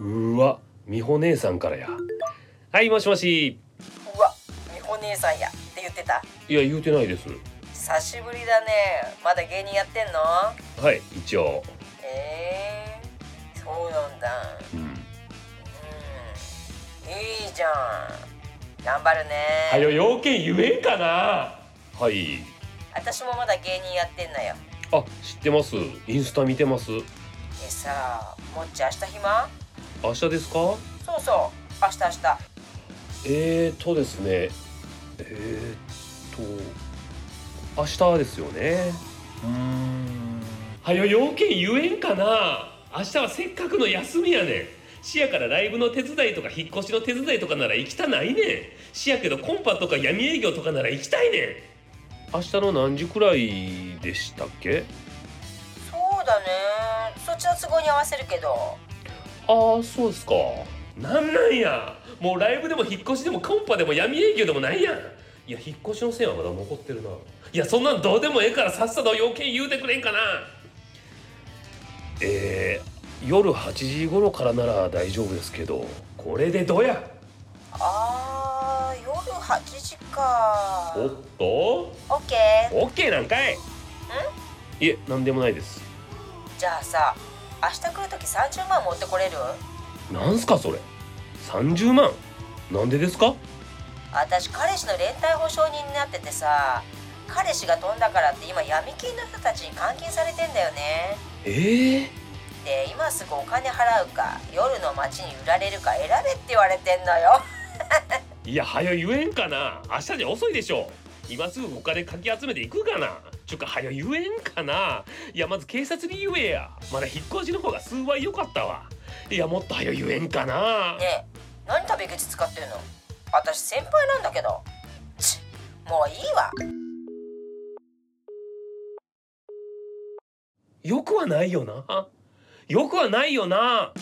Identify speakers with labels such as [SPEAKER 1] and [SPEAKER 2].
[SPEAKER 1] うわ美穂姉さんからやはいもしもし
[SPEAKER 2] うわ美穂姉さんやって言ってた
[SPEAKER 1] いや言うてないです
[SPEAKER 2] 久しぶりだねまだ芸人やってんの
[SPEAKER 1] はい一応、
[SPEAKER 2] えー、そうなんだ
[SPEAKER 1] うん、
[SPEAKER 2] うんいいじゃん頑張るね
[SPEAKER 1] はよ要件言えんかなはい
[SPEAKER 2] 私もまだ芸人やってんのよ
[SPEAKER 1] あ知ってますインスタ見てます
[SPEAKER 2] でさもっち明日暇
[SPEAKER 1] 明日ですか
[SPEAKER 2] そうそう明日明日
[SPEAKER 1] えーとですねえーと明日ですよねうーんはよ要件言えんかな明日はせっかくの休みやねんしやからライブの手伝いとか引っ越しの手伝いとかなら行きたないねんしやけどコンパとか闇営業とかなら行きたいねん明日の何時くらいでしたっけ
[SPEAKER 2] そうだねそっちの都合に合わせるけど
[SPEAKER 1] ああそうですかなんなんやもうライブでも引っ越しでもコンパでも闇営業でもないやんいや引っ越しの線はまだ残ってるないやそんなんどうでもええからさっさと要件言うてくれんかなえー、夜8時頃からなら大丈夫ですけどこれでどうや
[SPEAKER 2] あー夜8時か
[SPEAKER 1] おっと
[SPEAKER 2] オッケー
[SPEAKER 1] オッケーなんかいいえなんでもないです
[SPEAKER 2] じゃあさ明日来る時30万持ってこれる
[SPEAKER 1] なんすかそれ30万なんでですか
[SPEAKER 2] 私彼氏の連帯保証人になっててさ彼氏が飛んだからって今闇金の人たちに監禁されてんだよね
[SPEAKER 1] ええ
[SPEAKER 2] で今すぐお金払うか夜の街に売られるか選べって言われてんのよ
[SPEAKER 1] いや、早言えんかな。明日じゃ遅いでしょ。今すぐお金かき集めていくかな。ちゅうか、早言えんかな。いや、まず警察に言えや。まだ引っ越しの方が数倍良かったわ。いや、もっと早言えんかな。
[SPEAKER 2] ねえ何食べ口使ってんの私先輩なんだけどちもういいわ
[SPEAKER 1] よくはないよな。よくはないよな。